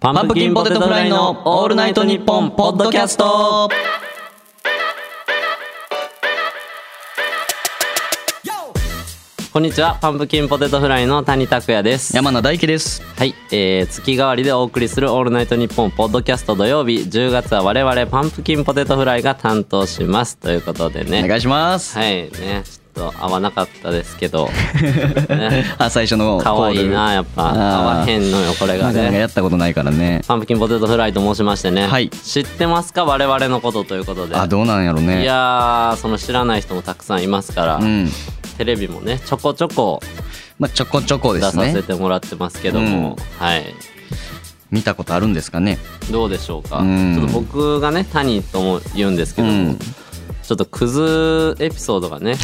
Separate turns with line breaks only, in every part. パンプキンポテトフライのオールナイトニッポンポッドキャストこんにちはパンプキンポテトフライの谷拓也です
山名大輝です
はい、えー、月替わりでお送りする「オールナイトニッポン」ポッドキャスト土曜日10月は我々パンプキンポテトフライが担当しますということで
お
ね
願い します、
はいねちょっと合わなかったですけ ど
あ最初の
可愛いなやっぱ合わへ
ん
んのよこれが
なかなか
ね
やったことないからね
パンプキンポテトフライと申しましてね、
はい
知ってますか我々のことということで
あどうなんやろ
い
ね
やーその知らない人もたくさんいますから、
うん
テレビもねちょこちょこ
まあちょこちょこ
出
で
さ
す
せ
ね
てもらってますけども、はい
見たことあるんですかね
どうでしょうか、
うん
ちょっと僕がね谷とも言うんですけども、
うん
ちょっとクズエピソード がね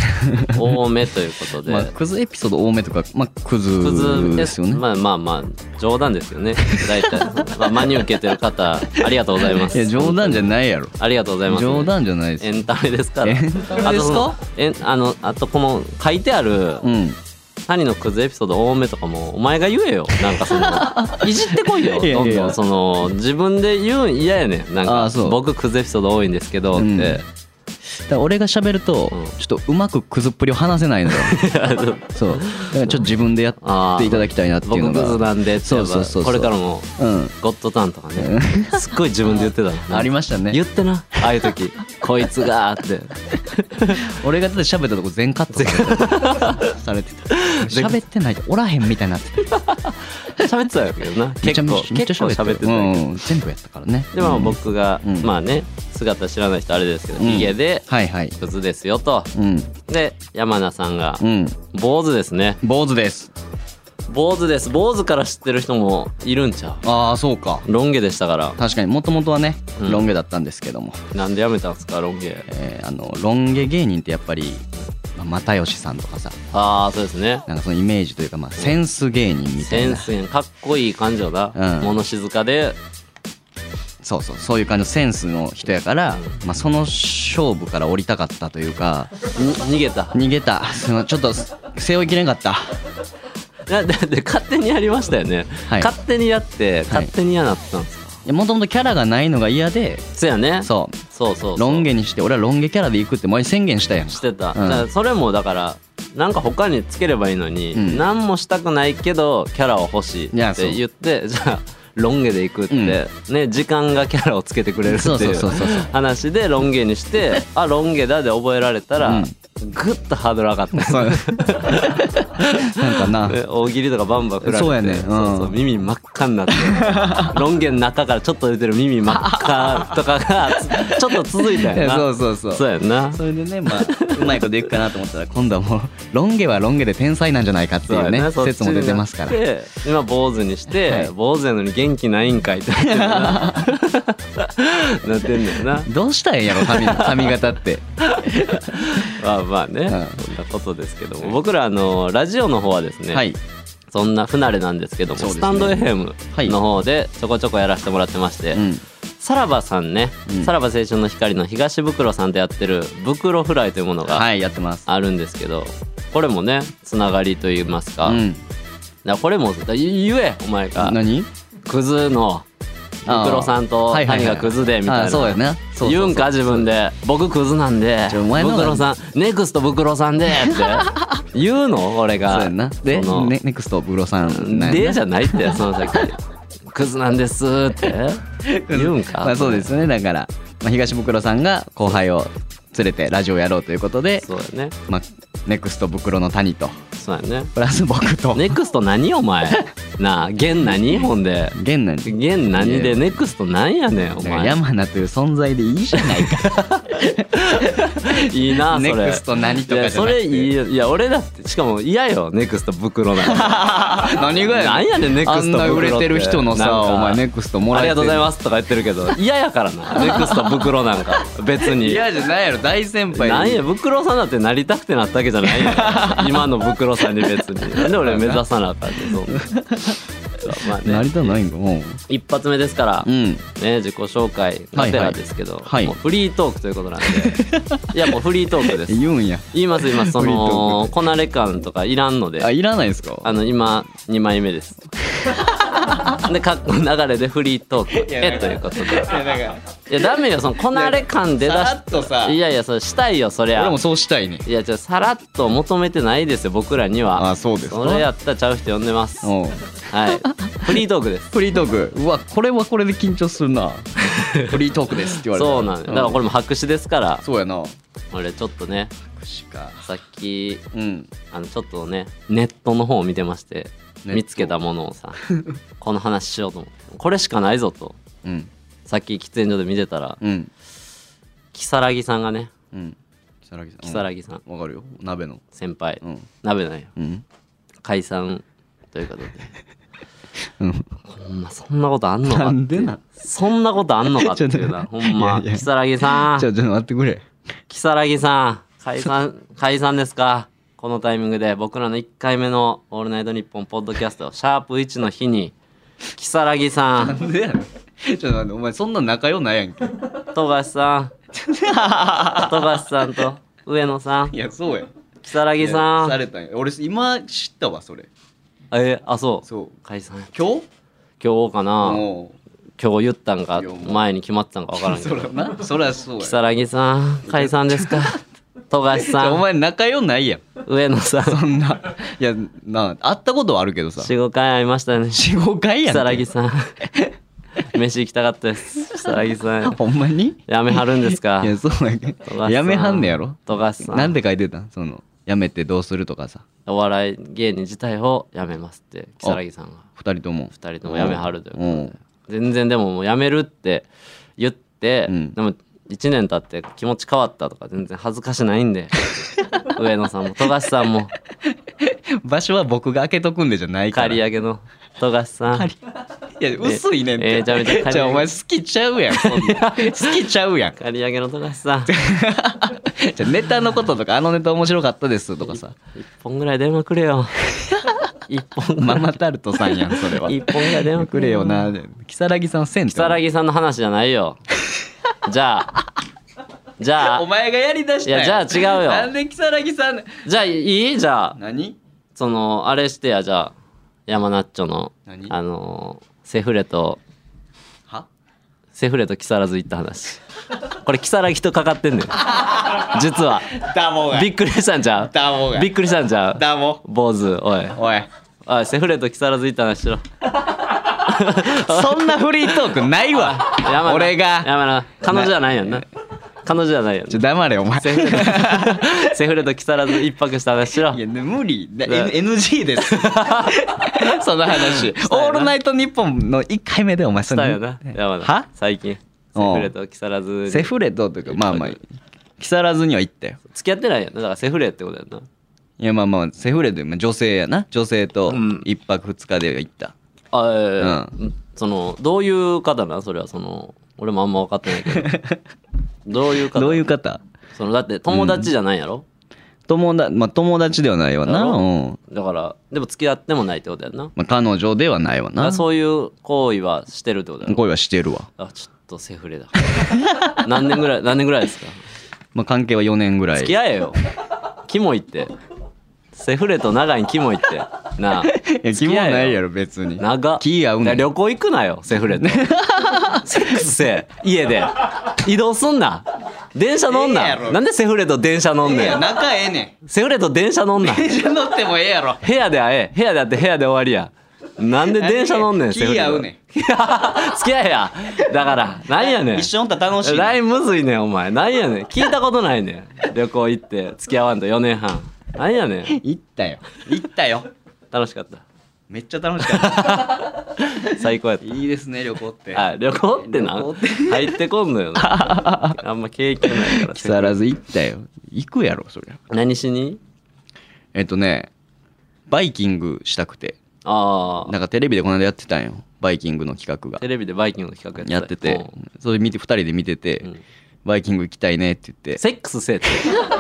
多めということで、
まあクズエピソード多めとかまあク
クズ
ズですよね
まあまあまあ冗談ですよね大体、 まあ、真に受けてる方ありがとうございま
い
す
や冗談じゃないやろ
ありがとうございます、
冗談じゃないで
エ
す
ンタメですから
エンタメですか
あとそのえんあのあとこの書いてある
うん
谷のクズエピソード多めとかもお前が言えよなんかそ のいじってこいよ
いやいや
どんどんその自分で言うん嫌やねんなん
あ
か
ーそう
僕クズエピソード多いんですけどって、
うんだから俺が喋ると
うん
ちょっとうまくクズっぷりを話せない のよそうだからちょっと自分でやっていただきたいなっていう
僕
の
クズ
が
なんでって
そ
や
う
っ
そう
ぱ
そうそう
これからも
うん
ゴッドタンとかねすっごい自分で言ってたの
ありましたね
言ってなああいう時こいつがって
俺がだって喋ったとこ全カットされて た喋ってないとおらへんみたいになってた
喋ってたんやけどな
めち
結
ゃめ
構
ちゃめっちゃ
結構喋ってたんやけど
うんうん全部やったからね
でまあ
うん
僕が、
うん
まあね姿知らない人あれですけど、
ん
ヒゲで
はいはい
クズですよと
うん
で山名さんが
うん
坊主ですね
坊主です
坊主です坊主から知ってる人もいるんちゃ
ああそうか
うロン毛でしたから
確かにもともとはね
うん
ロン毛だったんですけども、
なんでやめたんですかロン毛
えーあのロン毛芸人ってやっぱりまあ又吉さんとかさ
ああそうですね
なんかそのイメージというかまあセンス芸人みた
セ
いな
ンスがかっこいい感じよな、
うん
物静かで
そうそうそういう感じのセンスの人やから、まあ、その勝負から降りたかったというか
に逃げた
逃げたすいませんちょっと背負いきれんかった
な だって勝手にやりましたよね、
はい
勝手にやって勝手に嫌なったんですか、
もともとキャラがないのが嫌で
そうやね
そ
そうそうそう
うロン毛にして俺はロン毛キャラで行くって前に宣言したやん
してた、だ
ん
からそれもだからなんか他につければいいのに、
うん
何もしたくないけどキャラを欲しい
いや
っ
そう
て言って じゃあロン毛で行くって、
うん
ね時間がキャラをつけてくれるって
そう
い
そううそうそう
話でロン毛に してあロン毛だで覚えられたら、ぐっとハードル上がった
そうなんかな
で大喜利とかバンバン振られて
そうやねうん
そうそう耳真っ赤になって ロン毛の中からちょっと出てる耳真っ赤とかがちょっと続いた
い
よ
や
な
そうそうそう
そうやんな
それでねまあうまいこといくかなと思ったら今度はもうロン毛はロン毛で天才なんじゃないかっていうね
そやな
説も出てますから
そっちになって今坊主にして、
はい
坊主やのに元気ないんかいってな ってるななってんだよな
どうしたらええんやろ 髪髪型って
まあまあね、
う
そんなことですけども僕らあのラジオの方はですね、
はい
そんな不慣れなんですけども、
そうです
ス
ね
タンド FM
はい
の方でちょこちょこやらせてもらってまして、
うん
さらばさんね、
うん
さらば青春の光の東袋さんでやってる「袋フライ」というものが
はいやってます
あるんですけど、これもねつながりといいますか,、
うん
これもだから言えお前が
何
クズの
あー
袋さんと
はいはいはい
谷がクズでみたい
あ
な
そうやなそうそうそう
言うんか自分で僕クズなんで
ちょお前のが
袋さんネクスト袋さんでって 言うの俺
そうや
が
んなで
その
ネネクストブロさんなんやな
でじゃないってその先クズなんです って言うんか
まあそうですねだから、まあ、東袋さんが後輩を連れてラジオやろうということで、
そうやね
まあ、ネクスト袋の谷と
そうやね
プラス僕と、
ネクスト何お 前なあ現何ほんで
現なんで
現何
いや
でネクストなんやねんお
だから
前
山名という存在でいいじゃないか
いいなそれ
ネクスト何と
い
か
や
じゃ
そ
なく
れ
て
いいよいや俺だってしかも嫌よネクスト袋なんて
何がやねん
なんやねんネク
あ
ス
ん
ト袋って
な売れてる人
な
の
ん
さ
か
お前ネクストもら
あ
え
り
て
がとうございますとか言ってるけど嫌やから なネクスト袋なんか別に
嫌じゃないやろ大先輩
なんや袋さんだってなりたくてなったわけじゃない よ今の袋さんに別になんで俺目指さなあかんねんそんなそうまあ
な
ね
りたないんかも
一発目ですから
ううん
ね、自己紹介がてらですけど、
はいはいは
もう
い
フリートークということ なんでいやもうフリートークです
言うんや
言います言いますそ
フリート
のこなれ感とかいらんので
あ
あ
いらないんすか
の今2枚目ですででかっこ流れでフリートーク
いや
へということで
いやなんか
いやダメよそのこなれ感出だ
さら
し
っとさ
いやいやそれしたいよそり
俺
ゃ
もそうしたいね
いやじゃあさらっと求めてないですよ僕らには
あそうですか
それやったらちゃう人呼んでます
うん
はいフリートークです
フリートークうわこれはこれで緊張す るなフリートークですって言われた
そうなんだだからこれも白紙ですから
そうやな
俺ちょっとね
串か
さっき
うん
あのちょっとねネットの方を見てまして
ネット
見つけたものをさ この話しようと思ってこれしかないぞと
うん
さっき喫煙所で見てたら
うん
如月さんがね
うん如月さん
如月さん
わかるよ鍋の
先輩
うん
鍋なんよ
うん
解散ということで
うん
ほんまそ んなことあんのか
な
っ
ん
て
でなん
そんなことあんのかっていうな
ち
ほ
ょっと
んま
いやいや
如月さ
じゃ
ん
あちょっと待ってくれ
如月さん解 散解散ですかこのタイミングで僕らの1回目の「オールナイトニッポン」ポッドキャストシャープ1の日に如月さ ん
なんでやねんちょっと待ってお前そんな仲良ないや んけ
富樫さん富樫さんと上野さん
いやそうや
如
い
月
や
さ
さ
ん
れたんや俺今知ったわそれ
えあそう
そう
解散
今日
今日かな
も
今日言ったんか
いやもう
前に決まってたんか分から
うん
け
そ
ど
らなそらそうや
如月さん解散です か富樫
じゃ
さ
あお
ん
前仲良な いやん
上野さん
そんな。いや、なあ、会ったことはあるけどさ。
45回会いましたね
四五回やん。
如月 さん飯行きたかったです如月さん
ほんまに
やめはるんですか
いや、そうやけ
富
ど
樫さん
やめはんねやろ。
富樫さん
なんで書いてたんその、やめてどうするとかさ。
お笑い芸人自体をやめますって如月さんが
二人とも。
二人ともやめはるということで
うん
全然でももうやめるって言って、
うん
でも1年経って気持ち変わったとか全然恥ずかしないん で上野さんも富樫さんも
場所は僕が開けとくんでじゃないか
刈
ら。
り上げの富樫さん
いや、薄いねん
ええめちゃめちゃ刈り上げ
じゃあお前好きちゃうやん。そんな好きちゃうやん。
刈り上げの富樫さん
じゃあネタのこととか、あのネタ面白かったですと かさ。
一本ぐらい電話くれ よ一本
ママタルトさんやん、それは。
一本ぐらい電話
く
く
れ
れ
よ
よ
な。如月さんせんって
如月さんの話じゃないよじゃあじゃ
お
あ
前がやりだしたん
いやじゃあ違うよ
なんで如月さん
じゃあいいじゃあ
何
そのあれしてやじゃあ山ナッチョの
何
あのセフレと
は
セフレと木更津行った話これ木更木とかかってんねん実は
ダモが
びっくりしたんちゃ
ダモ
う
が
びっくりしたんちゃう
ダモ
坊主おい
おい
おいセフレと木更津行った話しろ
そんなフリートークないわ
山名
俺が
山名彼女じゃないやんな彼女じゃないやん
ちょ黙れお前
セフレと セフレと木更津一泊した話しろ
いやね無理だ
ね
N- NG です その話「
たよな
オールナイトニッポン」の1回目でお前
し
そ
た
れ
よな山名
は
最近
お
セフ
う
レと木更津に
セフレとというかまあまあ木更津には行ったよ
付き合ってないやんなだからセフレってことやんない
やまあまあセフレというまあ女性やな女性と
うん
1泊2日で行った
あええそのどういう方なんそれはその俺もあんま分かってないけど どういう方
どういう方
そのだって友達じゃないやろ、
友達まあ友達ではないわ
だ
な
ろ
うん
だからでも付き合ってもないってことやんな
まあ彼女ではないわ
だか
な
らそういう行為はしてるってことやろ
恋はしてるわ
あちょっとセフレだ 何年ぐらい何年ぐらいですか
まあ関係は4年ぐらい
付き合えよキモいってセフレと長いにキモいってなあ
いや、気
付
も
き合えよ
ないやろ、別に。
長っ
気合う
だから
ねん。
旅行行くなよセフ レとセックスせえ家で移動すんな電車乗ん
ええ
な、
やろ
なんでセフレと電車乗んねん
仲ええ ね。
セフレと電車乗んなん
電車乗ってもええやろ。
部屋で会え部屋で会って部屋で終わりやなんで電車乗んねん
気
セフレと
合うねん
付き合えやだからなんやねん
一緒におったら楽しいねん。
LINE むずいねんお前なんやねん聞いたことないねん旅行行って付き合わんと4年半なんやねん
行ったよ。行ったよ。
楽しかった
めっちゃ楽しかっ。
最高やった
いいですね、旅行って。
あ旅行ってな
旅行って
入ってこんのよ なあんま経験ないから
木更津行ったよ。行くやろ、そりゃ。
何しに
えっとね、バイキングしたくて。
ああ
なんかテレビでこの間やってたんよ。バイキングの企画が
テ。レビでバイキングの企画
や
や
っ
ってて
て、それ見て、二人で見てて、
うん
バイキング行きたいねって言って。
セックスせえって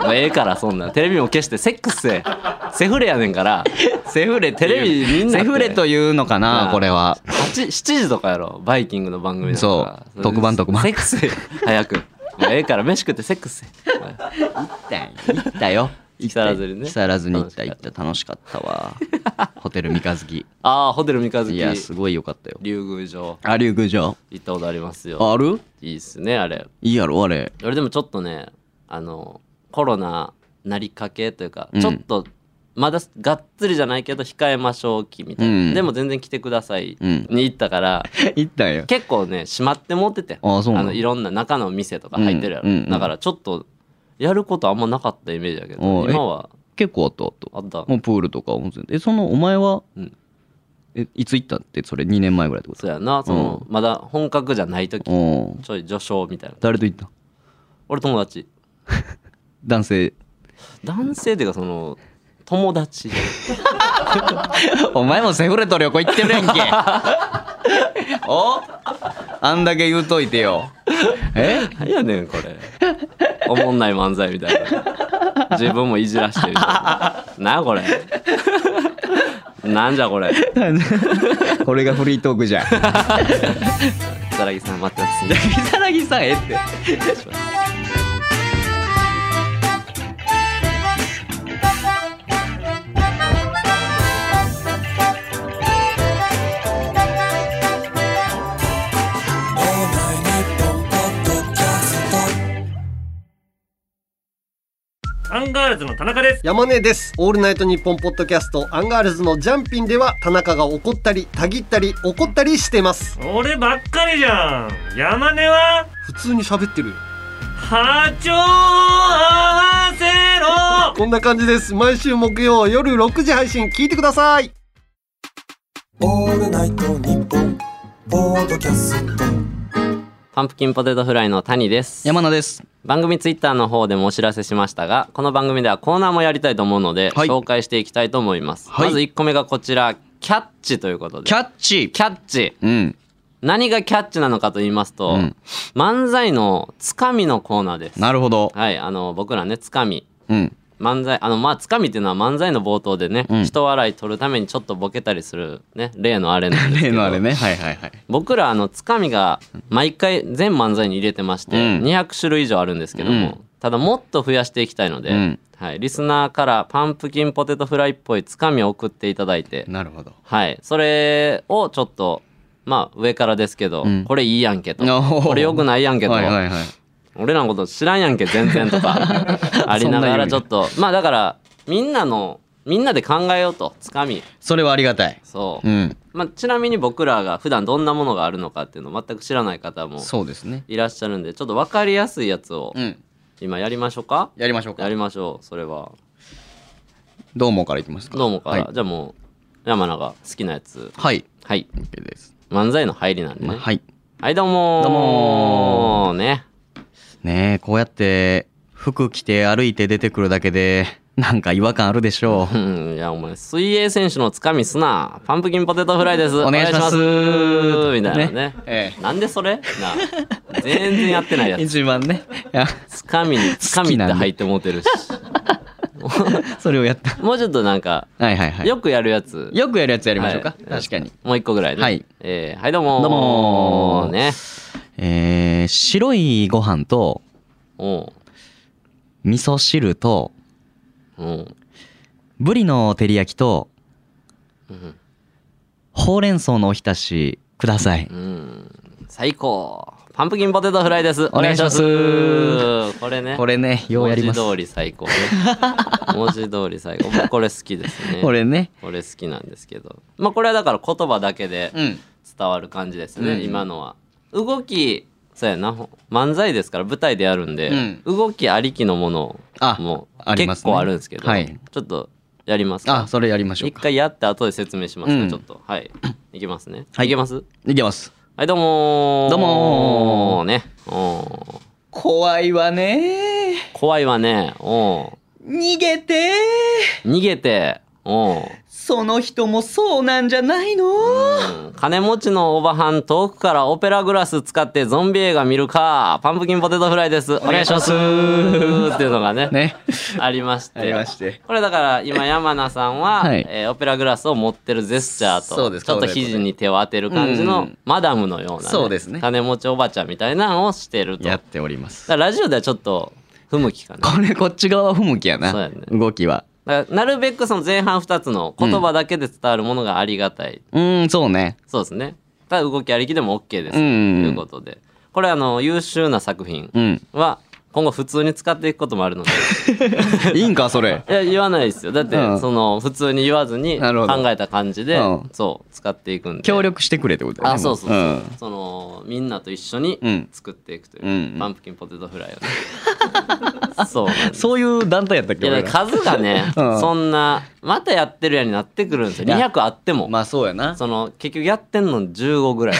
もうええからそんなんテレビも消してセックスせえセフレやねんから
セフレ
テレビみんなって
セフレというのか
な
な
あ
これは
8 7時とかやろバイキングの番組だから
そう特番特番
セックスせえ早くもうええから飯食ってセックスせえ
行ったよ
木更津にね
木更津に行った行った楽しかったわホテル三日 月
ああホテル三日
いやす
月
ごいよかったよ
竜宮城
あ竜宮城
行ったことありますよ
ある
いいっすねあれ
いいやろあれ
俺でもちょっとねあのコロナなりかけというか、
うん
ちょっとまだがっつりじゃないけど控えましょう期みたいな、
うん
でも全然来てください
うん
に行った から、
行ったんや
結構ね閉まって持ってて
あそうな
あ
の
のいろんな中の店とか入ってるやろ、
うんうんうん
だからちょっとやることあんまなかったイメージだけど
おうえ
今は
結構あったあった
あった
もうプールとか温泉えそのお前は、
うん
えいつ行ったってそれ2年前ぐらいってこと
そうやなその、まだ本格じゃない時
お
ちょい序章みたいな
誰と行った
俺友達
男性
男性っていうかその友達
お前もセフレと旅行行ってる やんけおあんだけ言うといてよえ
何やねんこれおもんない漫才みたいな自分もいじらしてみたいななあこれなんじゃこれ
これがフリートークじゃ ん木
草薙さん待ってます
更木さんええって
アンガールズの田中です
山根ですオールナイトニッポンポッドキャストアンガールズのジャンピンでは田中が怒ったりたぎったり怒ったりしてます
俺ばっかりじゃん山根は
普通に喋ってるよ
波長を合わせろ
こんな感じです毎週木曜夜6時配信聞いてください
オールナイトニッポンポッドキャスト
パンプキンポテトフライの谷です
山名です
番組ツイッターの方でもお知らせしましたがこの番組ではコーナーもやりたいと思うので、
はい
紹介していきたいと思います、
はい
まず1個目がこちらキャッチということで
キャッチ
キャッチ
うん
何がキャッチなのかと言いますと、
うん
漫才のつかみのコーナーです
なるほど
はいあの僕らねつかみ
うん
漫才あのまあつかみっていうのは漫才の冒頭でね、
うん
人笑い取るためにちょっとボケたりするね例のあれなんですけ
例
ど
のあれねはいはいはい
僕らあのつかみが毎回全漫才に入れてまして、
うん
200種類以上あるんですけども、
うん
ただもっと増やしていきたいので、
うん
はい、リスナーからパンプキンポテトフライっぽいつかみを送っていただいて、
なるほど
はい、それをちょっとまあ上からですけど、
うん
これいいやんけと
おー
これよくないやんけと、
はいはいはい
俺らのこと知らんやんけ全然と かありながらちょっとまあだからみんなのみんなで考えようとつかみ
それはありがたい
そう、
うん
まあ、ちなみに僕らが普段どんなものがあるのかっていうのを全く知らない方も
そうですね
いらっしゃるんでちょっと分かりやすいやつを
うん
今やりましょうか、
やりましょう
や
か
りましょうそれは
どうもからいきますか
どうもから、
はい
じゃあもう山名が好きなやつ
はい
はい
OK です
漫才の入りなんでね、
まあはい
はいどうもー
どうも
ね
ねえこうやって服着て歩いて出てくるだけでなんか違和感あるでしょ
うんいやお前水泳選手のつかみすなパンプキンポテトフライです
お願いします
お願いしますみたいなね
ねえ
なんでそれなあ全然やってないうやつ
一番ね いや
つかみにつかみって入って持てるし
それをやった
もうちょっとなんか
はいはいはい
よくやるやつ
よくやるやつやりましょうか、
はい
確かに
もう一個ぐらいね
はい
えーはいどうもー
どうもー
ね
えー、白いご飯と
お
味噌汁と
ううん
ブリの照り焼きと
うん
ほうれん草のおひたしください、
うん最高パンプキンポテトフライです
お願いします
お願いしますこれね
これねようやります
文字通り最高ね文字通り最高僕これ好きですね
これね
これ好きなんですけどまあこれはだから言葉だけで
うん
伝わる感じですね、
うん
今のは動きそうやなほ漫才ですから舞台でやるんで、
うん
動きありきのもの
あ
もう
あります
結
ね
構あるんですけど
はい
ちょっとやりますか
あそれやりましょう
一
か
回やって後で説明しますか、
うん
ちょっとはいいきますね、
は
い、
い
けます
いきます
はいどうもー
どうもー
ねおー
怖いわね
怖いわねおー
逃げて
逃げておー
その人もそうなんじゃないの
うん金持ちのおばはん遠くからオペラグラス使ってゾンビ映画見るかパンプキンポテトフライですお願いしますっていうのがね
ね
ありまして
ありまして
これだから今山名さんは、
はい
えーオペラグラスを持ってるジェスチャーと
そうです
ちょっと
そういうことで
肘に手を当てる感じ
う
の
ん
マダムのような、
そうですね
金持ちおばちゃんみたいなのをしてると
や
だ
っ
か
ております
らラジオではちょっと不向きかな
これこっち側は不向きやな
そうやね
動きは
だからなるべくその前半2つの言葉だけで伝わるものがありがたい、
うーんそうね
そうですねただ動きありきでも OK です、
うん
ということでこれあの優秀な作品
うん
は今後普通に使っていくこともあるので
い いんかそれ
いや言わないですよだって、
うん
その普通に言わずに
なるほ
考
ど
えた感じで、
うん
そう使っていくんで
協力してくれってことだよ
あ
ね
そうそうそう、
ん
そのみんなと一緒に
うん
作っていくという、
うんうん
パンプキンポテトフライを、ね、 そうなんです
そういう団体やったっ
い
け
や
俺
だ
ら
から数がね、
うん
そんなまたやってるやんになってくるんですよ
いや
200あっても、
まあそうやな
その結局やってんの15ぐらい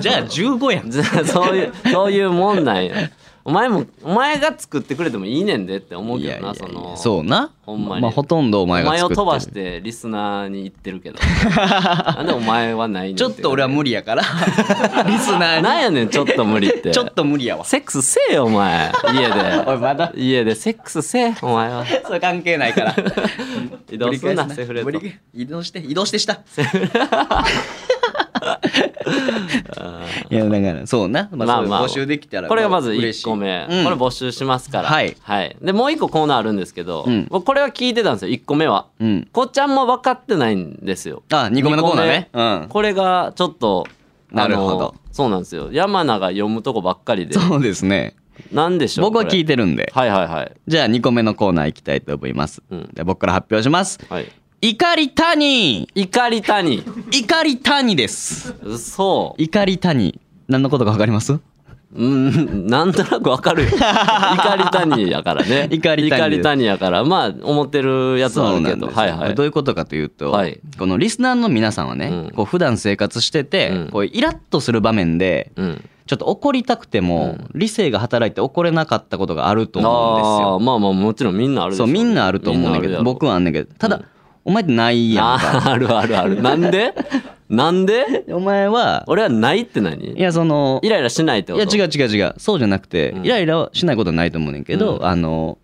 じゃあ15やん
じゃあ そういうそういうもんなんやお前もお前が作ってくれてもいいねんでって思う
い
け
やい
ど
や
ないそ
や
の
そうな
ほんまに
まあほとんどお
お
前が
前
作
を
ってる
飛ばしてリスナーに言ってる けどなんでお前はないねん
ちょっと俺は無
理
理やから リスナ
なん
ー
やねんちょっと無理って
にちょっと無理やわ
セックスせえよお前家で
お いまだ
家でセックスせえお前は
それ関係ないから
移動すんな
繰り返し
セフレ
繰
と
り移動して移動してしたいやだからそうな、ま
まあ
あ、そういう
まあ
募集できたら
これがまず
嬉
1
しい
個目、
うん
これ募集しますから
はい
でもう1個コーナーあるんですけど、
うん
僕これは聞いてたんですよ1個目は
うん
こっちゃんも分かってないんですよ
あ二2個目のコーナーねうん
これがちょっとあの
なるほど
そうなんですよ山名が読むとこばっかりで
そうですね
なんでしょう
僕は聞い
て
てるんで
はいはいはい
じゃあ2個目のコーナー行きたいと思います、
うん
で僕から発表します
はい
怒り谷
怒り谷
怒り谷です
嘘
怒り谷何のことか分かります
うんなんとなくわか るよ怒り谷やからね
怒り谷です
怒り谷やからまあ思ってるやつはあ
そう
る
な
け
ん
ど
ですよ
はいはい
どういうことかというと、
はい
このリスナーの皆さんはね、
うん
こう普段生活してて、
うん
こうイラッとする場面で
うん
ちょっと怒りたくても、理性が働いて怒れなかったことがあると思うんです
あ
よ。
ーまあまあもちろんみんなあるでし
そ
ょ
うみんなあると思うんだけ
み
ど僕
は
はあんねんけどただ、
うん
お前ってないやん
あ
か。
ーあるあるあるなんでなんで
お前は
俺はないって何
いやその
イライラしないって
い
こ
や
と
違う違う違うそうじゃなくて、
うん
イライラはしないことはないと思うねんけど、
うん
あの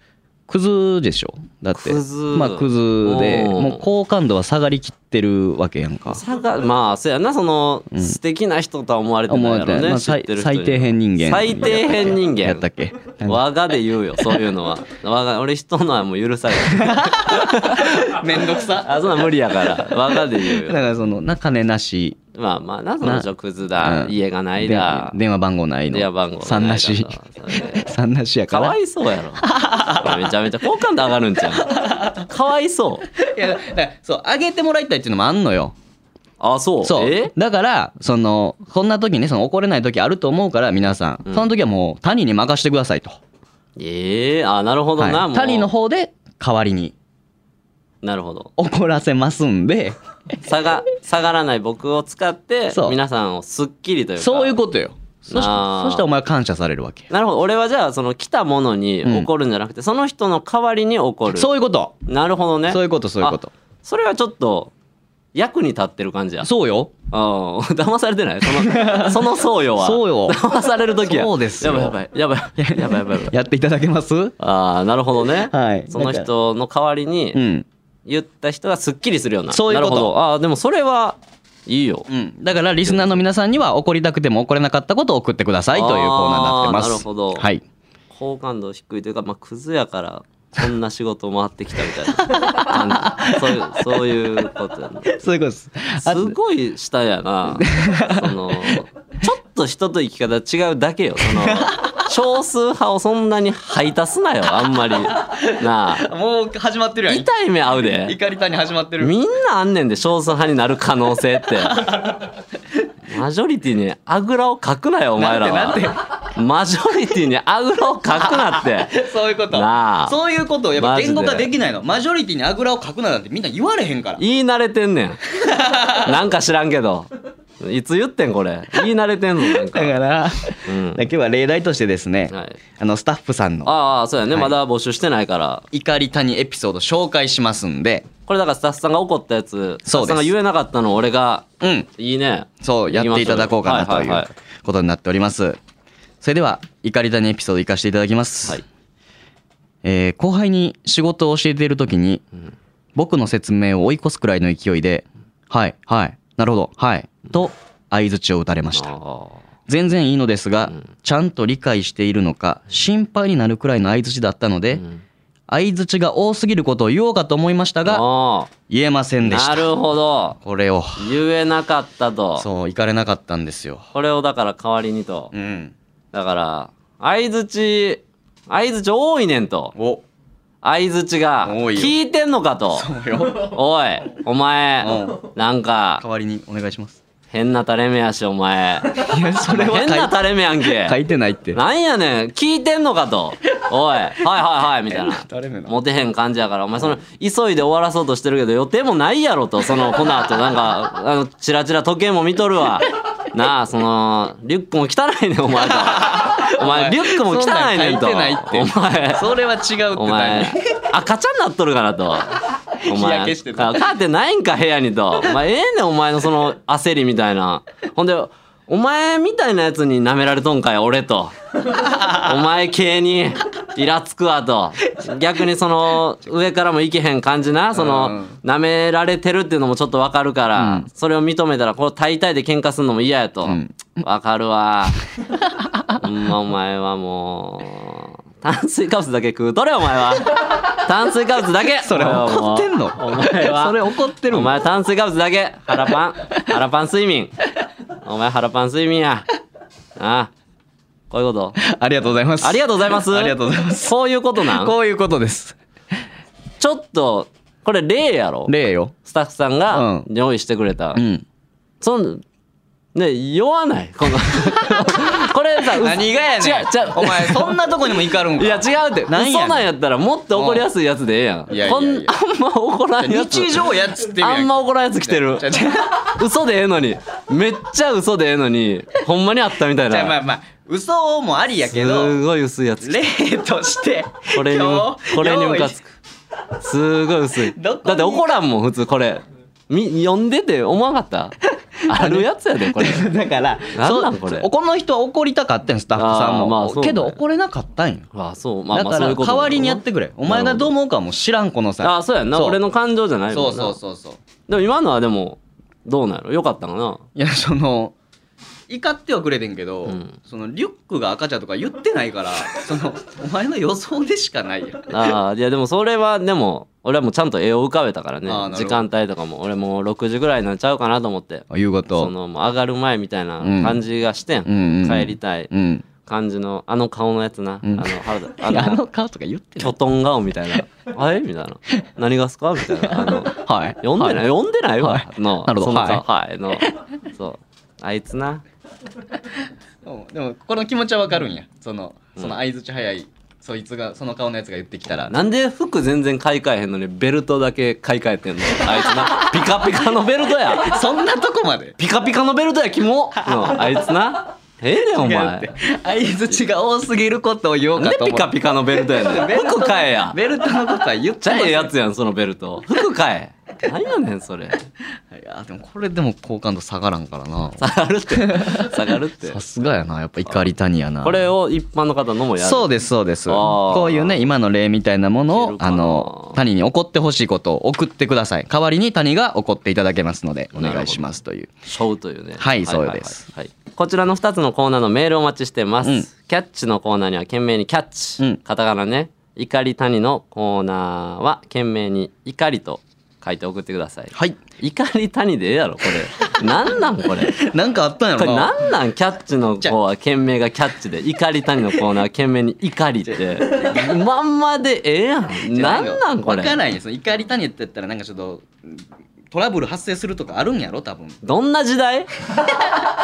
クズでしょだって
クズ
まあクズで
うん
もう好感度は下がりきってるわけやんか
差がまあそうやなその、
うん
素敵な人とは思われてない
思
や
え
ろ
て
ね、
まあ、
知っ
最
てる人に
最低編人間
最低編人間
やったっけ
我がで言うよそういうのは我が俺人のはもう許され ない
めんどくさ
あそんなん無理やから我がで言
だ
う
か
よ
らそのな金なし
まあまあなその人クズだ
うん
家がないだ
で電話番号ないの
電話番号が
三
な
ない
だ
し
そうそれ
三なしやか
からわいそうやろめちゃめちゃ好感度上がるんちゃ うかわいそう
いやだからそうあげてもらいたいっていうのもあんのよ
あそう
そ
え
うだからそのこんな時ねその怒れない時あると思うから皆さん、
うん
その時はもう谷に任せてくださいと、
ええあなるほどな、
はい
もう
谷の方で代わりに
なるほど
怒らせます んで
下が下がらない僕を使って
そう
皆さんをすっきりというか
そういうことよそしそ
なあ
したらお前は感謝されるわけ
なるほど俺はじゃあその来たものに
うん
怒るんじゃなくて、その人の代わりに怒る
そういうこと
なるほどね
そういうことそういうこと
それはちょっと役に立ってる感じやあ
そうよ
あ 騙されてないそ のその僧侶は
そうよ
騙される時や
そうですよ
やばいやばいやばいやばいやばいやばい
やっていただけます
ああなるほどね、
はい
その人の代わり
う
に
ん、
言った人がすっきりするような
そういうこと
なるほどああでもそれはいいよ
うん、だからリスナーの皆さんには怒りたくても怒れなかったことを送ってくださいというコーナーになってます
あーなるほど
はい
好感度低いというか、まあ、クズやからこんな仕事回ってきたみたいな感じ そういうそういうことやな
そういうことですあ
すごい下やなそのちょっと人と生き方違うだけよその少数派をそんなに排他すなよあんまりなあ
もう始まってるやん
痛い目合うで
怒り谷始まってる
みんなあんねんで少数派になる可能性ってマジョリティにあぐらをかくなよお前ら
なんて
はマジョリティにあぐらをかくなって
そういうこと
なあ
そういうことをやっぱ
マジで
言語化できないのマジョリティにあぐらをかくななんてみんな言われへんから
言い慣れてんねん なんか知らんけどいつ言ってんこれ言い慣れてんのなんか、
ら
うん、
今日は例題としてですね
はい
あのスタッフさんの
ああそうやね、
はい
まだ募集してないから
怒り谷エピソード紹介しますんで
これだからスタッフさんが怒ったやつスタッ
そ
フ
うです
さんが言えなかったのを俺が
うん
いいね
そうやっていただこうかなと
はいいはいうはい
ことになっておりますそれでは怒り谷エピソードいかしていただきます、
はい
えー後輩に仕事を教えている時に、僕の説明を追い越すくらいの勢いで「はいはいなるほどはい」と相槌を打たれました
あ
全然いいのですが、
ん
ちゃんと理解しているのか心配になるくらいの相槌だったので、
ん
相槌が多すぎることを言おうかと思いましたが
お
言えません
ー
でし
な
た
るほど
これを
言えなかったと
そう行かれなかったんですよ
これをだから代わりにと
うん
だから相槌相槌多いねんと
お
相槌が
多いよ
聞いてんのかと
そうよ
おいお前
う
なんか
代わりにお願いします
変な垂れ目やしお前
いやそれ
変な垂れ目やんけ
書いてないって
なんやねん聞いてんのかとおいはいはいはいみたいな
誰めな
モテへん感じやからお前その急いで終わらそうとしてるけど予定もないやろとそのこの後なんかあのチラチラ時計も見とるわなあそのリュックも汚いねんお前とお前リュックも汚いねんと
そんなん書いてないって
お前
それは違うって
お前
何
赤ちゃんなっとるから と。お
日
前
焼けしてた
あカーテンないんか部屋にと。お前ええねんお前のそ の焦りみたいな。ほんでお前みたいなやつに舐められとんかい俺と。お前系にイラつくわと。逆にその上からもいけへん感じなその舐められてるっていうのもちょっとわかるから、
うん
それを認めたらこう大体で喧嘩するのも嫌やと。わ、
ん
かるわ。ほんまお前はもう炭水化物だけ食うとれお前 は炭水化物だけ
それ怒ってんの
お前は
それ怒ってる
お
の
前炭水化物だけ腹パン腹パン睡眠お前腹パン睡眠やああこういうこと
ありがとうございます
ありがとうございます
ありがとうございます
そういうことなん
こういうことです
ちょっとこれ例やろ
例よ
スタッフさんが
うん
用意してくれた、
うん
そんね酔わないこ のこれさ嘘
何がやねん
違う違う
お前そんなとこにも怒るんか
いや違うって
なんやねん
嘘なんやったらもっと怒りやすいやつでええやん
いやいやいや
こんあんま怒らんやつ
日常やっつってるやん
あんま怒らんやつ来てる
じゃじゃ
嘘でええのにめっちゃ嘘でええのにほんまにあったみたい
じゃあま
な
あまあ嘘もありやけど
すごい薄いやつ
例として
これにむ
今日
これに
用
ム
意
カつくすごい薄い
どこに
だって怒らんもん普通これみ読んでて思わなかったあるやつやでこれ
だから
なんなん
そう
これ
この人は怒りたかったんスタッフさん
あー
も、
まあそうね
けど怒れなかったんよ
あそうまあ
だ
まあ
か
そうい
ら
うこと
代わりにやってくれお前がどう
う
思うかはもう知らんこの際
あそうやんな
そう
俺の感情じゃない
そ
も
うん
な
そうそうそう
でも今のはでもどうなのよかったかない
やその怒ってはくれてんけど、
うん
そのリュックが赤ちゃんとか言ってない からそのお前の予想でしかないよ
ああいやでもそれはでも俺はもうちゃんと絵を浮かべたからね
あーなるほど
時間帯とかも俺もう6時ぐらいになっちゃうかなと思って
夕
そ
方
のもう上がる前みたいな感じがしてん、
うん
帰りたい
うん
感じのあの顔のやつな、
うん
あの原田
あ
あの
の顔とか言って
キ
ない
ョトン顔みたい な「あれ?」みたいな「何がっすか?」みたいなあの
はい
読んでない、読んでないわ、
はい
の
なるほど
その顔はい、のそうあいつな
うんでもこの気持ちはわかるんやそのその相づち早い、そいつがその顔のやつが言ってきたら
なんで服全然買い替えへんのにベルトだけ買い替えてんのあいつ なピカピカのベルトや
そんなとこまで
ピカピカのベルトやキ モのあいつなええねんお前なん
違う
で
って相づちが多すぎることを言おうかと
ピ
思
カ
って
ピカのベルトやねん服買えやめっ
ベルトのことは言っ
ち
ちゃ
ゃええ
え
や
や
つやんそのベルト服買え何やねんそれ
いやでもこれでも好感度下がらんからな
下がるって下がるって
さすがやなやっぱ怒り谷やな
これを一般の方のもやる
そうですそうです
あー
こういうね今の例みたいなも
いけ
のを
るか
あ
な
の谷に怒ってほしいことを送ってください代わりに谷が怒っていただけますのでお願いしますという
ショーというね
はいそうです、
はいこちらの2つのコーナーのメールをお待ちしてます、
うん
キャッチのコーナーには懸命にキャッチ、
うん
カタカナね怒り谷のコーナーは懸命に怒りと書いて送ってください
はい
怒り谷でええやろこれなんなんこれ
なんかあったんや
こ
ろ
れ
な
なんなんキャッチの子は懸命がキャッチで怒り谷のコーナーは懸命に怒りってまんまでええやんなんなんこれ
分からないです怒り谷って言ったらなんかちょっとうんトラブル発生するとかあるんやろ多分
どんな時 代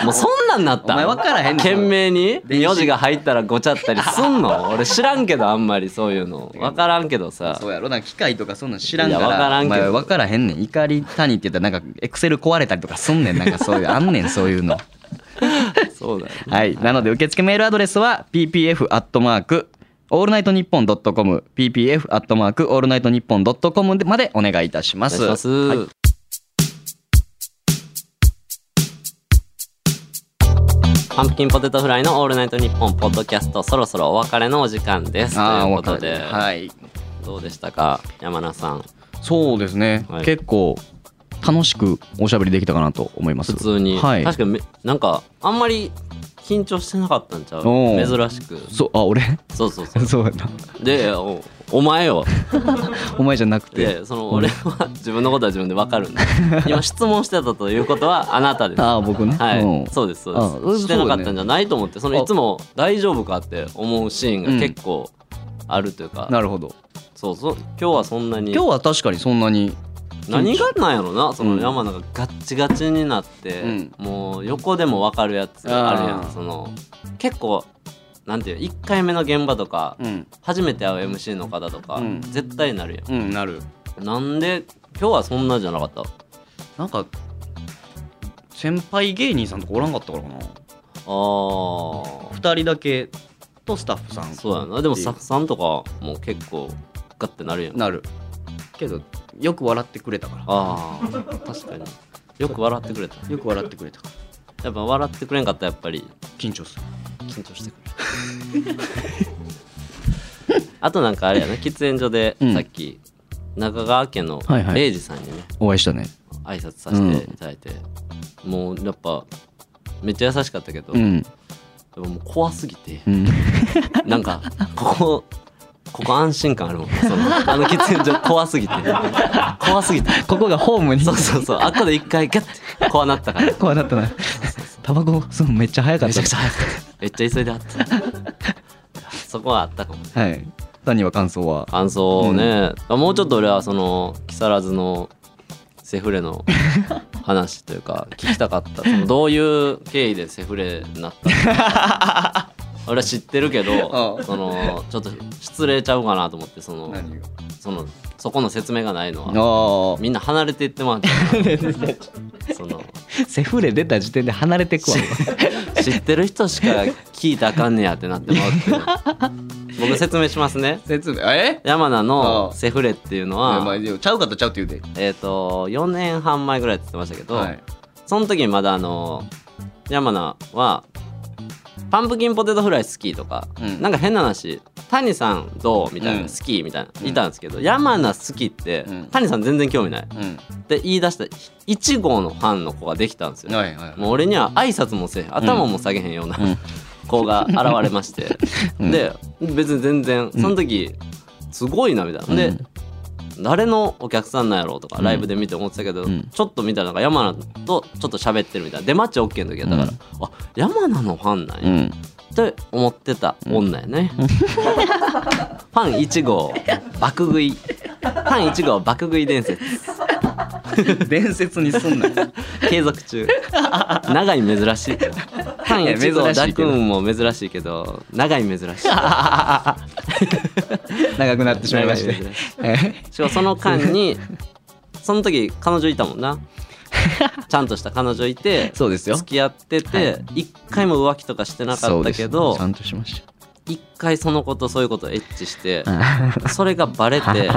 もうそんなんなった
お前分からへんねん
懸命に
電子
名字が入ったらごちゃったりすんの 俺知らんけどあんまりそういうの分からんけどさ
そうやろなんか機械とかそんなん知らんから
いや分からんけど
お前分からへんねん怒り谷って言ったらなんかエクセル壊れたりとかすんねんなんかそういうあんねんそういうの
そうだよね
はいなので受付メールアドレスは ppf アットマークオールナイトニッポンドットコム ppf アットマークオールナイトニッポンドットコムまでお願いいたしま
お願い
す
します、パンプキンポテトフライの「オールナイトニッポン」ポッドキャストそろそろお別れのお時間ですと
ああ
いう
分
こ
か
と
る
で、
はい
どうでしたか山名さん
そうですね、
はい
結構楽しくおしゃべりできたかなと思います
普通に、
はい、
確かにめなんかあんまり緊張してなかったんちゃう
おう
珍しく
そうあ俺
そうそうそう
そうやな
でおお前よ
お前じゃなくて
でその俺は自分のことは自分で分かるんで今質問してたということはあなたです
ああ僕ね
はい、
うん
そうですそ
あ
うで
うん
すしてなかったんじゃないと思ってその
あ
いつも大丈夫かって思うシーンが結構あるというか、
なるほど
そうそう今日はそんなに
今日は確かにそんなに
何がなんやろなそ
うん
の山なんかガッチガチになって、
うん
もう横でも分かるやつ
あ
あ
ー
るやんその結構なんていう1回目の現場とか、
うん
初めて会う MC の方とか、
うん
絶対なるや
うんなる
んなんで今日はそんなじゃなかった
なんか先輩芸人さんとかおらんかったからかな
あー
2人だけとスタッフさん
そうやなでもスタッフさんとかも結構ガッてなるやん
なるけどよく笑ってくれたから
ああ確かによく笑ってくれた
よく笑ってくれたから
やっぱ笑ってくれんかったらやっぱり
緊張する
緊張してくるあとなんかあれやな喫煙所で
うん
さっき、中川家の
はいはい
レイジさんにね、
お会いしたね
挨拶させていただいて、もうやっぱめっちゃ優しかったけど、
う
で
ん
ももう怖すぎて
うん
なんかここここ安心感あるもんそのあの喫煙所怖すぎて怖すぎて
ここがホームに
そうそうそうあっこで一回ガッて怖なったから
怖なったなタバコ吸うのめっちゃ早かっ
めち
た
ゃくちゃ早くてめっちゃ急いであったそこはあったかもね
はい何は感想は
感想をね、もうちょっと俺はその木更津のセフレの話という か聞きたかったそのどういう経緯でセフレになったの か俺は知ってるけ
あ
ど
あ
そのちょっと失礼ちゃうかなと思ってその
何
そのそこの説明がないのは
あ
みんな離れていってもらって その
あセフレ出た時点で離れてくわ
知ってる人しか聞いたらあかんねやってなってもらって僕説明しますね
説明え
山名の
あ
セフレっていうの
あ
は
ちゃうかったちゃうって言う
えっ、と4年半前ぐらいって言ってましたけ
で
ど、その時にまだあの山名はパンプキンポテトフライ好きとか、
うん
なんか変な話谷さんどうみたいな、
うん
好きみたいな、
うん
いたんですけど山名好きって、
うん
谷さん全然興味ない
うん
って言い出した1号のファンの子ができたんですよ、
はいはい
もう俺には挨拶もせえへん頭も下げへんような、子が現れまして、
うん
で別に全然その時すごいなみたいな、
う
で
ん
誰のお客さんなんやろうとか
うん
ライブで見て思ってたけど、
うん
ちょっと見たらなんか山名とちょっと喋ってるみたいな出待ち OK の時やったから、
うん
あ山名のファンなんや、
う
っ
ん
て思ってた女やね、ファン1号爆食いファン1号爆食い伝説
伝説にすんなよ
継続 中長い珍しいけど単位一
いや
号
珍しい
ダ
け
く
ど
んも珍しいけど長い珍しい
長くなってしまいまし
長い
て
珍しいしかもその間 にその時彼女いたもんなちゃんとした彼女いて
そうですよ
付き合ってて一、回も浮気とかしてなかったけど
ちゃんとしまし
一回その子とそういうことをエッチして
た
それがバレ て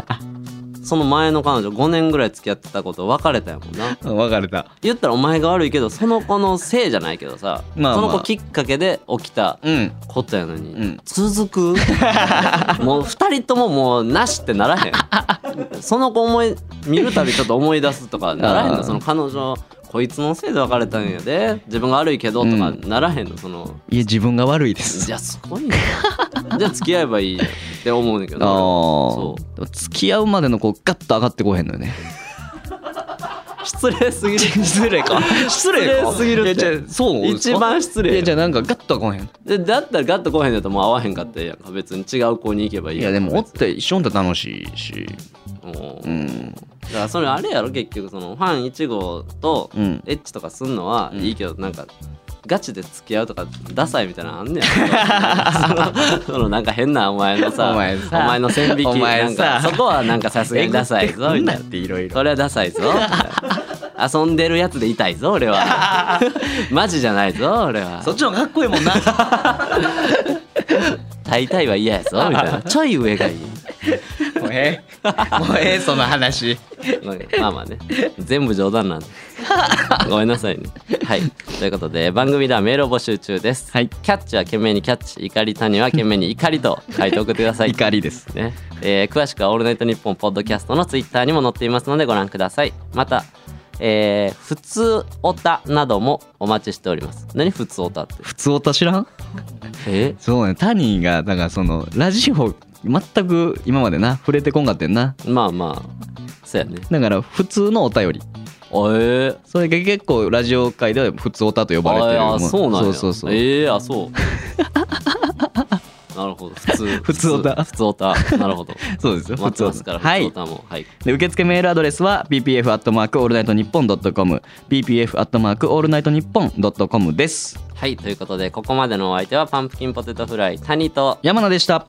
その前の彼女5年ぐらい付き合ってたこと別れたやもんな
別れた
言ったらお前が悪いけどその子のせいじゃないけどさ、
まあまあ
その子きっかけで起きた
うん
ことやのに、
うん
続くもう2人とももうなしってならへんその子思い見るたびちょっと思い出すとかならへん
あー
のその彼女こいつのせいで別れたんやで自分が悪いけどとか
うん
ならへんのその
いや自分が悪いです
じゃあすごい ねじゃあ付き合えばいいって思うねんだけど
あ
そ
あ付き合うまでのこうガッと上がってこへんのよね
失礼す ぎる失礼か失
礼か
すぎるっ
いや
て
じゃあそうです
一
か
番失
い
礼
や
よ
じゃあなんかガッと上がこへん
でだったらガッと来へんだったらもう会わへんかったらええやんか別に違う子に行けばいい
いやでもおっ
別に
て一緒におったら楽しいし
もう、
うん
だからそれあれやろ結局そのファン1号と
うん
エッチとかすんのは
うん
いいけど、なんかガチで付き合うとかダサいみたいなのあんねや そのそのなんか変なお前のさ
お前さ
おの線引き
お前さ
なんかそこはなんかさすがにダサいぞみたいな
ていろい
それはダサいぞみたいな遊んでるやつで痛いぞ俺 はマジじゃないぞ俺は
ちの方がかっこいい もんな
大体は嫌やぞみたいなちょい上がいい
もうええもうええその話
まあまあまあね全部冗談なんでごめんなさいねはいということで番組ではメールを募集中です、
はい
キャッチは懸命にキャッチ怒り谷は懸命に怒りと書いて送ってください
怒りです
ねえー詳しくは「オールナイトニッポン」ポッドキャストのツイッターにも載っていますのでご覧くださいまたえー、普通おたなどもお待ちしております。何普通おたって。
普通おた知らん
え
そうねタニーがだからそのラジオ全く今までな触れてこんかってんな
まあまあ、そうやね。
だから普通のお便り
あえー。
それが結構ラジオ界では普通おたと呼ばれてる
ああそうなんや
そうそうそう、
ええあそう なるほど普通
普通オタ
普通オタなる ほど
そうですよ
待ってますから
は
普通
い
オタもはい
で受付メールアドレスは ppf アットマークオールナイトニッポンドットコム ppf アットマークオールナイトニッポンドットコムです
はいということでここまでのお相手はパンプキンポテトフライ谷と
山名でした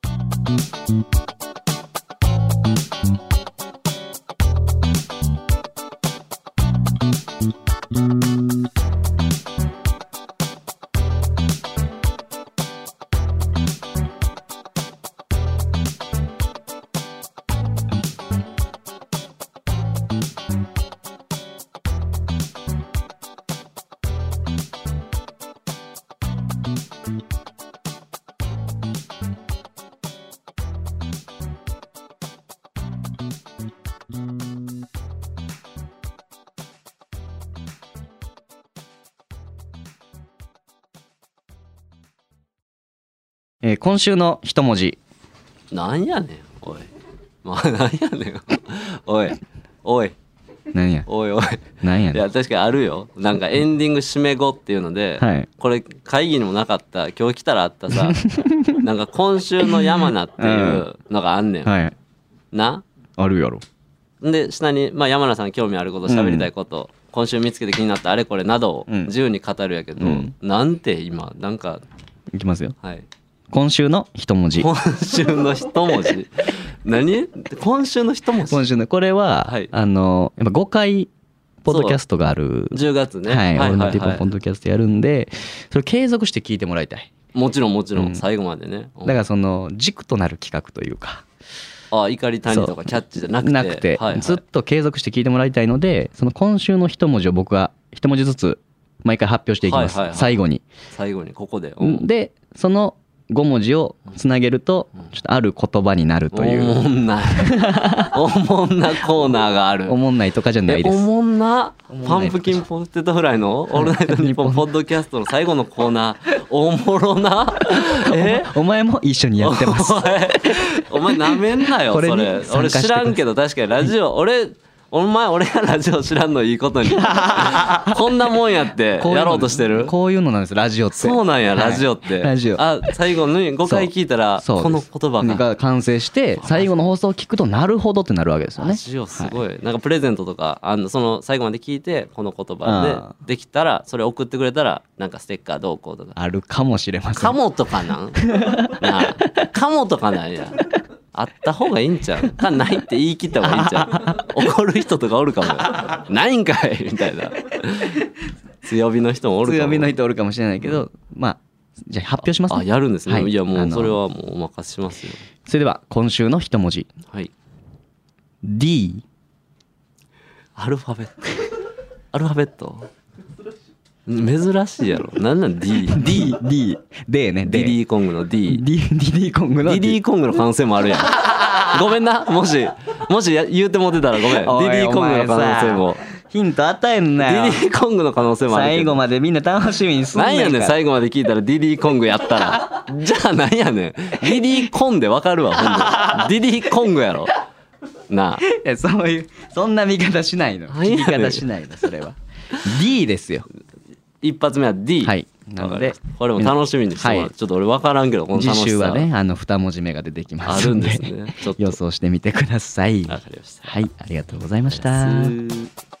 えー今週の一文字
なんやねんおいまあ なんやねんおいおい
何や
おいおい
何や
い
ねん
や確かにあるよなんかエンディング締め後っていうので、
はい
これ会議にもなかった今日来たらあった さなんか今週の山名っていうのがあんねん、
はい
な
あるやろ
で下に、まあ、山名さん興味あること喋りたいこと、今週見つけて気になったあれこれなどを
うん
自由に語るやけど、
うん
なんて今なんか
いきますよ
はい
今週の一文字
今週の一文 字何今週の一文字
今週のこれは、
はい
あのやっぱ5回ポッドキャストがある
10月ね、
はい、オールナイトニッポンポッ
い、
ドキャストやるんで、それ継続して聞いてもらいたい。
もちろんもちろん、
うん
最後までね
だからその軸となる企画というか、
あ怒り谷とかキャッチじゃなくて
なくて
はいはい、
ずっと継続して聞いてもらいたいので、その今週の一文字を僕が一文字ずつ毎回発表していきます。
はいはいはい
最後に。
最後にここで、うん
で、その5文字をつなげると、ちょっとある言葉になるとい
おも
う、
んないおもんなコーナーがある
おもんないとかじゃな
え
いで
お
す。
もんな
もんな
パ
い
ンプキンポテトフライの「オールナイトニッポン」ポッドキャストの最後のコーナ ーおもろなえ
お前も一緒にやってます。
お前なめんなよ
こ
そ
れ
れ
に参加
俺
してください
知らんけど確かにラジオ俺お前俺がラジオ知らんのいい ことにこんなもんやって
こうい う
や
の
ろうとしてる
こういうのなんです、ラジオって。
そうなんや
は
ラ
い
ジオって
ラジオ。
あ最後に5回聞いたら
そう
この言葉が
が完成して最後の放送を聞くとなるほどってなるわけですよ
ラ
ね。
ジオすごい、なんかプレゼントとかあのその最後まで聞いてこの言葉
あ
でできたらそれ送ってくれたらなんかステッカーどうこうとか
あるかもしれませ
カ
ん。
モとか なんなあカモとかなんやあった方がいいんちゃうかないって言い切った方がいいんちゃ う怒る人とかおるかもないんかいみたいな強火の人もおるかも
強みの人おるかもしれないけど、まあじゃあ発表します、ね。
あやるんですね、、
はいい
やも
あ
う
の
それはもうお任せしますよ
それでは今週の一文字
はい
D
アルファベット。アルファベット。珍しいやろ。なんなん D。D。
D D D ね
ディデ
D
ィコングの D。
D D コン
デ
グの
ィディコングの可能性もある やん。ごめんな。もし、もしや言うてもうてたらごめん。デ
おい
ィディコングの可能性も。
ヒント与えん
デ
なよ
ィ。ディコングの可能性もあるけ
最後
ど。
までみんな楽しみにすん
な
ね
ん
ん
やねん
から
最後まで聞いたらディディコングやったらじゃあなんやねんディディコンでわかるわほん でディディコングやろなあ
いやそういうそんな見方しないの。
なんや
見
ねん
方しないのそれは。D ですよ。
一発目は D
はい
な
な
の
の
で
で
これも楽しみにしてもらう、
はい
ちょっと俺分からんけどこの楽しさ
次週はねあの二文字目が出てきま
あ
す
る
ん
ん
で
ですねちょっと
予想してみてください。
わかりました
はい、ありがとうございました。
す